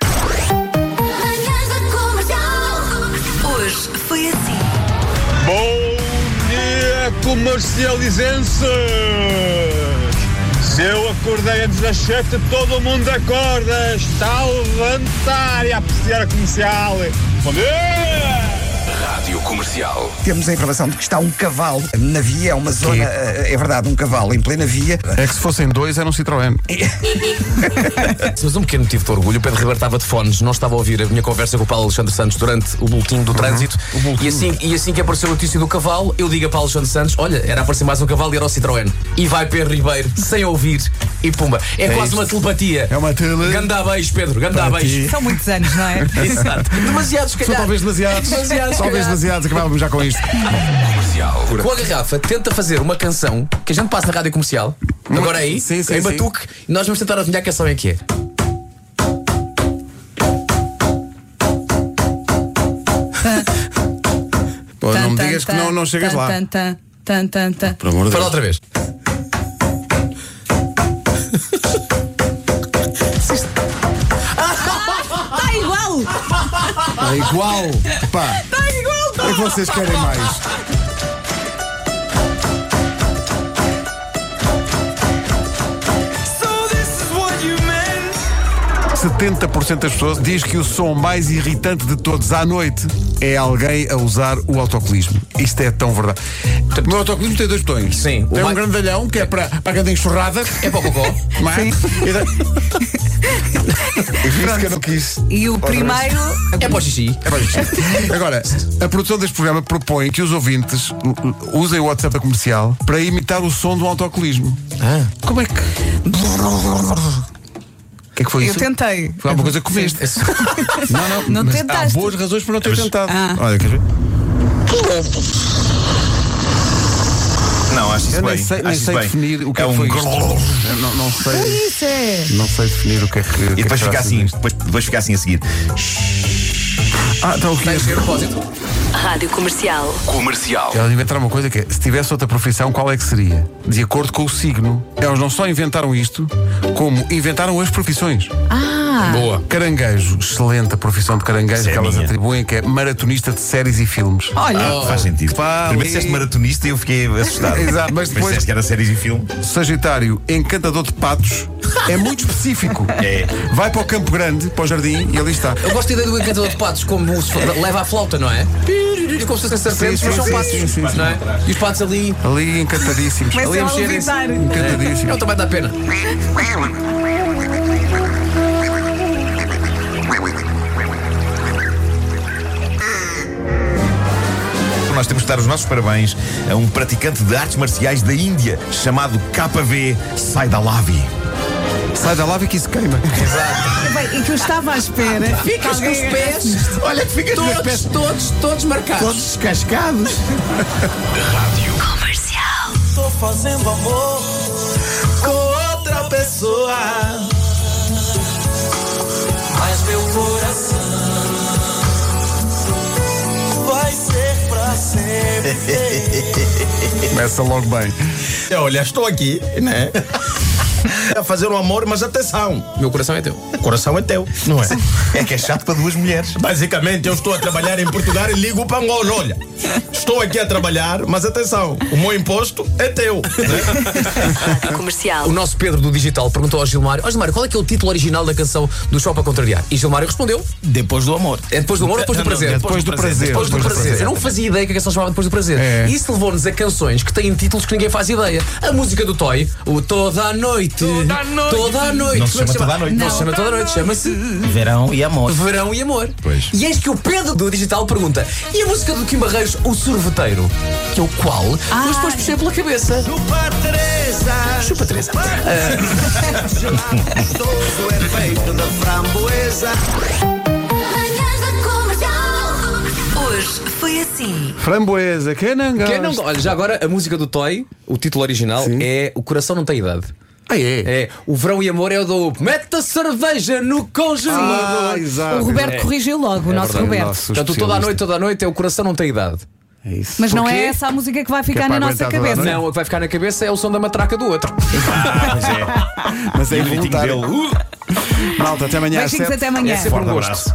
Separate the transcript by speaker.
Speaker 1: assim.
Speaker 2: comercializenses! Se eu acordei antes das 7, todo mundo acorda! Está a levantar e a apreciar a comercial! Bom dia!
Speaker 3: Rádio Comercial.
Speaker 4: Temos a informação de que está um cavalo na via, é uma zona, eh, é verdade, um cavalo em plena via.
Speaker 5: É que se fossem dois era um Citroën.
Speaker 6: Mas um pequeno motivo de orgulho, o Pedro Ribeiro estava de fones, não estava a ouvir a minha conversa com o Paulo Alexandre Santos durante o boletim
Speaker 5: Uhum.
Speaker 6: do trânsito. E, assim, e assim que apareceu a notícia do cavalo, eu digo a Paulo Alexandre Santos: olha, era a aparecer mais um cavalo e era o Citroën. E vai Pedro Ribeiro, sem ouvir, e pumba. É, quase
Speaker 5: isto.
Speaker 6: uma telepatia.
Speaker 5: É uma tele-
Speaker 6: Ganda beijo, Pedro, ganda
Speaker 5: Para ti.
Speaker 6: beijo.
Speaker 7: São muitos anos, não é?
Speaker 6: Exato. Demasiados, se
Speaker 5: São
Speaker 6: calhar.
Speaker 5: talvez demasiados.
Speaker 6: Demasiados,
Speaker 5: talvez
Speaker 6: calhar.
Speaker 5: demasiados. Acabávamos já com isto.
Speaker 3: Comercial.
Speaker 6: Com a garrafa, tenta fazer uma canção que a gente passa na rádio comercial, agora aí,
Speaker 5: Sim, sim,
Speaker 6: em
Speaker 5: sim.
Speaker 6: Batuque, e nós vamos tentar adivinhar que canção é que é.
Speaker 5: Pô, não me
Speaker 7: Tan,
Speaker 5: digas que
Speaker 7: tan,
Speaker 5: não, não chegas
Speaker 7: tan,
Speaker 5: lá.
Speaker 7: tan, tan, tan, tan, tan.
Speaker 5: Por amor de
Speaker 6: Fala
Speaker 5: Deus.
Speaker 6: outra vez.
Speaker 7: Está igual!
Speaker 5: É igual. Pá,
Speaker 8: Tá
Speaker 7: Está igual!
Speaker 5: o que é que vocês querem mais?
Speaker 8: So this is what you meant.
Speaker 5: 70% das pessoas diz que o som mais irritante de todos à noite é alguém a usar o autocolismo. Isto é tão verdade. O meu autocolismo tem dois botões.
Speaker 6: Sim, o
Speaker 5: Tem um
Speaker 6: mais-
Speaker 5: grandalhão que é para, para a grande enxurrada.
Speaker 6: É para o Cocó.
Speaker 5: não é? E da- Eu disse que eu não quis.
Speaker 7: E o primeiro.
Speaker 6: É para o Xixi.
Speaker 5: É para isto. Agora, a produção deste programa propõe que os ouvintes uh, uh, usem o WhatsApp da comercial para imitar o som do autocolismo. Como é que. O que é que foi
Speaker 7: Eu
Speaker 5: isso?
Speaker 7: tentei.
Speaker 5: Foi alguma coisa que comeste. Não, não,
Speaker 7: Não
Speaker 5: mas
Speaker 7: tentaste.
Speaker 5: Há boas razões para não ter tentado.
Speaker 7: Ah.
Speaker 5: Olha, queres ver?
Speaker 9: Não, acho isso
Speaker 5: Eu
Speaker 9: bem.
Speaker 5: nem sei, nem
Speaker 9: acho isso
Speaker 5: sei
Speaker 9: bem.
Speaker 5: definir o que é,
Speaker 9: é
Speaker 5: que
Speaker 9: um
Speaker 5: foi isto.
Speaker 9: grrrr.
Speaker 5: Eu Não, não sei,
Speaker 7: Isso é.
Speaker 5: não sei definir o que é que.
Speaker 9: E depois fica assim, depois, depois fica assim a seguir.
Speaker 5: Ah, então o que é?
Speaker 6: Tem que ser propósito.
Speaker 1: Rádio Comercial.
Speaker 3: Comercial.
Speaker 5: Elas inventaram uma coisa que é, se tivesse outra profissão, qual é que seria? De acordo com o signo. Elas não só inventaram isto, como inventaram as profissões.
Speaker 6: Boa.
Speaker 5: Ah. Caranguejo, excelente a profissão de caranguejo
Speaker 9: Essa é
Speaker 5: que elas
Speaker 9: minha.
Speaker 5: atribuem, que é maratonista de séries e filmes.
Speaker 10: Oh.
Speaker 7: Olha,
Speaker 9: Faz sentido.
Speaker 5: Pá, ali.
Speaker 9: Primeiro disseste maratonista e eu fiquei assustado.
Speaker 5: Exato, mas depois-
Speaker 9: disseste que era séries e filme.
Speaker 5: Sagitário, encantador de patos, é muito específico.
Speaker 9: É.
Speaker 5: Vai para o Campo Grande, para o jardim, e ali está.
Speaker 6: Eu gosto da ideia do encantador de patos como se for- leva a flauta, não é? Como se fossem serpentes,
Speaker 5: Sim,
Speaker 6: mas
Speaker 5: sim,
Speaker 6: são
Speaker 5: sim,
Speaker 6: patos.
Speaker 5: sim, sim, sim.
Speaker 6: não é? E os patos ali.
Speaker 5: Ali encantadíssimos.
Speaker 7: Começam
Speaker 5: ali
Speaker 7: a
Speaker 5: mexerem-se.
Speaker 7: levitar.
Speaker 6: É o
Speaker 5: Encantadíssimos.
Speaker 6: tamanho da pena.
Speaker 9: Nós temos que dar os nossos parabéns a um praticante de artes marciais da Índia chamado KV Saidalavi.
Speaker 5: Sai da lava que isso queima.
Speaker 7: bem, e que eu estava à espera.
Speaker 6: Ficas com os pés
Speaker 5: Olha que fica
Speaker 6: todos, todos, todos marcados.
Speaker 5: descascados.
Speaker 8: Tô fazendo amor com outra pessoa. Mas meu coração vai ser pra sempre.
Speaker 5: Começa logo bem.
Speaker 10: É, Olha, estou aqui, né? A fazer um amor, mas atenção,
Speaker 6: Meu coração é teu.
Speaker 10: o coração é teu, não é?
Speaker 9: É que é chato para duas mulheres.
Speaker 10: Basicamente, eu estou a trabalhar em Portugal e ligo para Angola. Olha, estou aqui a trabalhar, mas atenção, o meu imposto é teu.
Speaker 1: Rádio Comercial.
Speaker 6: O nosso Pedro do Digital perguntou ao Gilmário: Ó Gilmário, qual é que é o título original da canção do Show para Contrariar? E Gilmário respondeu:
Speaker 10: Depois do amor.
Speaker 6: É depois do amor ou depois do
Speaker 10: Não, não,
Speaker 6: prazer?
Speaker 10: é
Speaker 5: Depois do prazer.
Speaker 6: Depois do prazer. Eu não fazia ideia que a canção chamava Depois do Prazer.
Speaker 5: É.
Speaker 6: Isso levou-nos a canções que têm títulos que ninguém faz ideia. A música do Toy, o Toda a Noite. Toda a Noite. Toda a noite.
Speaker 9: Não se
Speaker 6: Como é que
Speaker 9: chama Toda à Noite.
Speaker 6: Não se chama Toda a Noite, chama-se
Speaker 10: Verão e amor.
Speaker 6: Verão e Amor.
Speaker 9: Pois.
Speaker 6: E eis que o Pedro do Digital pergunta: e a música do Kim Barreiros, O Sorveteiro? Que é o qual? Mas depois puxei pela cabeça.
Speaker 8: Chupa Teresa.
Speaker 6: Chupa, Teresa. Ah,
Speaker 8: Todo é feito da framboesa.
Speaker 1: Hoje foi assim.
Speaker 5: Framboesa, quem não gosta?
Speaker 6: Quem não- Olha, já agora a música do Toy, o título original é O Coração Não Tem Idade.
Speaker 5: Ah, é?
Speaker 6: É, o verão e amor é o do Meta cerveja no
Speaker 5: Ah,
Speaker 6: congelador.
Speaker 5: exato.
Speaker 7: O Roberto
Speaker 6: É.
Speaker 7: corrigiu logo, o
Speaker 6: É
Speaker 7: nosso
Speaker 6: verdade,
Speaker 7: Roberto.
Speaker 5: nosso.
Speaker 6: Portanto, toda a noite, toda a noite é o coração não tem idade.
Speaker 5: É isso.
Speaker 7: Mas não
Speaker 6: Porquê?
Speaker 7: é essa a música que vai ficar
Speaker 5: é para
Speaker 7: na nossa
Speaker 5: aguentar toda a
Speaker 7: cabeça.
Speaker 6: Não, o que vai ficar na cabeça é o som da matraca do outro.
Speaker 9: Ah, pois é.
Speaker 5: Mas é
Speaker 9: E o gritinho
Speaker 5: involuntário.
Speaker 9: dele. Uh,
Speaker 5: Malta, até amanhã às
Speaker 7: Beijinhos
Speaker 5: sete.
Speaker 7: até amanhã.
Speaker 6: É sempre um
Speaker 9: forte
Speaker 6: gosto.
Speaker 9: abraço.